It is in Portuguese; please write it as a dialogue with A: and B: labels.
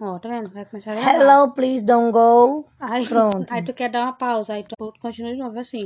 A: Ó, tá vendo? Vai começar a gravar.
B: Hello, please don't go.
A: Aí,
B: Pronto.
A: aí tu quer dar uma pausa, aí tu continua de novo assim.